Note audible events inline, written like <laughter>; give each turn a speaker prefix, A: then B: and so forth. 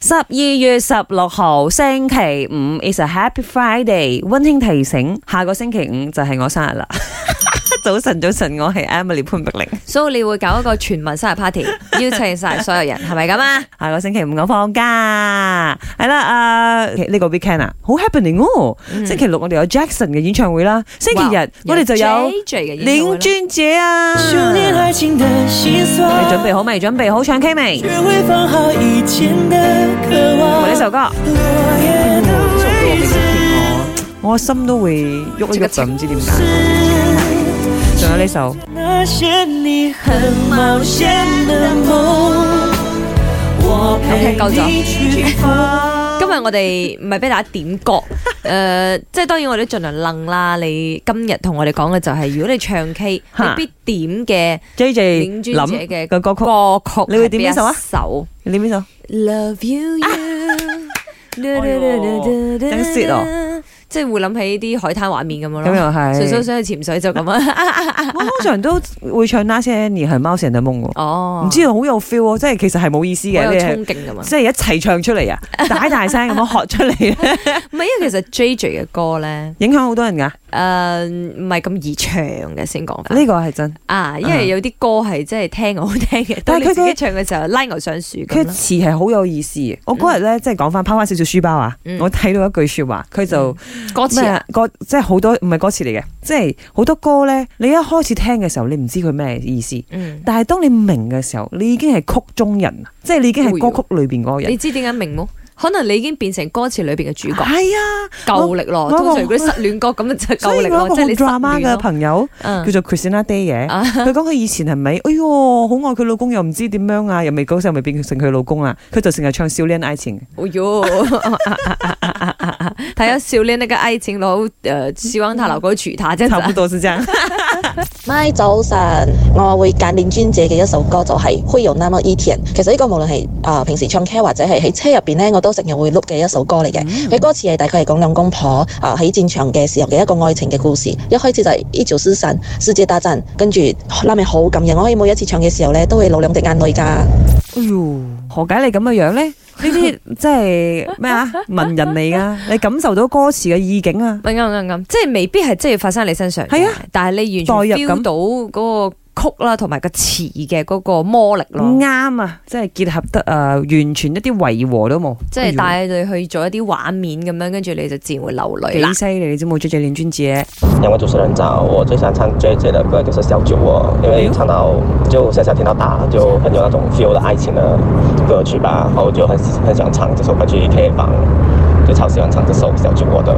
A: 十二月十六號星期五，is a happy Friday。溫馨提醒，下個星期五就係我生日啦。 <laughs> 早晨，早晨，我係 Emily 潘碧玲。
B: 所以你會搞一個全民生
A: <laughs>
B: 日 party，邀請晒所有人，係咪咁啊？
A: 下個星期五我放假，係啦，啊呢個 weekend 啊，好 happening 哦。星期六我哋有 Jackson 嘅演唱會啦，星期日我哋就有
B: JJ 嘅演唱
A: 林
B: 會啦
A: 俊傑啊。
C: 修煉愛情的心酸，
A: 你準備好未？準備好唱 K 未？
C: 學會放好以前的渴望
A: 我。呢首歌，
C: 落叶
A: 嗯
C: 的位置
A: 我心都會喐一喐就唔知點解。仲有呢首。
C: 那些你很冒險的夢，我陪
B: OK，夠咗
C: 你去放。
B: 今日我哋唔係俾大家點歌，
A: <laughs>
B: 诶、即係當然我哋都盡量楞啦。你今日同我哋講嘅就係，如果你唱 K，
A: 嚇
B: 你必點
A: J J
B: 林俊傑嘅
A: 林嘅歌曲，
B: 嘅歌曲，
A: 你會點呢首啊
B: 係邊一首
A: 你邊首？
B: Love You <laughs> You。
A: 哎真 sweet
B: 哦！即係會諗起啲海灘畫面咁樣
A: 咁
B: 咯，
A: 又係
B: 純粹想去潛水就咁啊！ <laughs>
A: 我通常都會唱那些年係貓成日夢喎，
B: 哦，
A: 唔知道好有 feel 喎，即係其實係冇意思嘅，
B: 好
A: 你
B: 有
A: 係
B: 衝勁噶嘛？
A: 即係一齊唱出嚟
B: <laughs>
A: 啊，大大聲咁樣喝出嚟，啊
B: 唔係，因為其實 J J 嘅歌咧，
A: 影響好多人㗎。
B: 啊誒呃唔係咁易唱嘅，先講翻
A: 呢個係真，
B: 啊，因為有啲歌係真係聽好聽嘅，
A: 啊但
B: 但
A: 係
B: 係
A: 佢
B: 你自
A: 嘅
B: 己唱嘅時候拉牛上樹
A: 佢
B: 咁
A: 嘅
B: 啦
A: 詞係好有意思嘅。我嗰日咧即係講翻拋翻少少書包啊
B: 嗯，
A: 我睇到一句説話，佢就
B: 歌詞啊
A: 咩歌，即係好多唔係歌詞嚟嘅，即係好多歌咧，你一開始聽嘅時候你唔知佢咩意思。
B: 嗯，
A: 但係當你明嘅時候，你已經係曲中人，啊即係你已經係歌曲裏邊嗰個人
B: 你。知點解明冇？可能你已經變成歌詞裏邊嘅主角，
A: 係嗯啊，
B: 夠力咯。
A: 我
B: 通常嗰啲失戀歌咁就
A: 所
B: 夠
A: 以
B: 力
A: 我有
B: 咯
A: 一個，
B: 即
A: 好
B: 係你失
A: drama
B: 戀
A: 嘅
B: 咯。
A: 朋友
B: 嗯
A: 叫做 Christina Day 嘅，
B: 啊
A: 佢講佢以前係咪，哎呦，好愛佢老公，又唔知點樣啊，又未高手，未變成佢老公啊，佢就成日唱《少年愛
B: <laughs>
A: 情》嘅。
B: 哎呦， <laughs> 睇下少年那個愛情佬，誒，希望他老公娶她，真
A: 差不
B: 係。
A: 多是這樣。
B: 哎
D: 咪早晨，我會揀連專姐嘅一首歌就係、會有那麼一天》。其實呢個無論係啊、呃平時唱 K 或者係喺車入邊咧，我都成日會碌嘅一首歌嚟嘅。佢、歌詞係大概係講兩公婆啊喺戰場嘅時候嘅一個愛情嘅故事。一開始就係一九四三世界大戰，跟住拉面好感人。我可以每一次唱嘅時候咧，都會流兩滴眼淚㗎。
A: 哎呦，何解你咁嘅樣咧？呢
B: <laughs>
A: 啲即係咩啊？文人嚟噶，你感受到歌詞嘅意境啊！
B: 唔係啱啱嗯啱，即係未必係真係發生喺你身上嘅。
A: 係啊
B: 但係你
A: 代
B: 完
A: 入
B: 全
A: 感
B: feel 到嗰個曲啦，同埋個詞嘅嗰個魔力咯，
A: 啱啊，即係結合得誒、呃完全一啲違和都冇，哎
B: 即係帶你去做一啲畫面咁樣，跟住你就自然會流
A: 哎
B: 淚
A: 呦
B: 啦
A: 幾。犀利，你知冇？J J 連專姐，
E: 两位主持人早，我最喜欢唱 J J 的歌就是《小酒窝》，因为唱到就小小听到大，就很有那种 feel 的爱情的歌曲吧，然后就很很喜欢唱这首歌去 K 房，就超喜欢唱这首《小酒窝》的。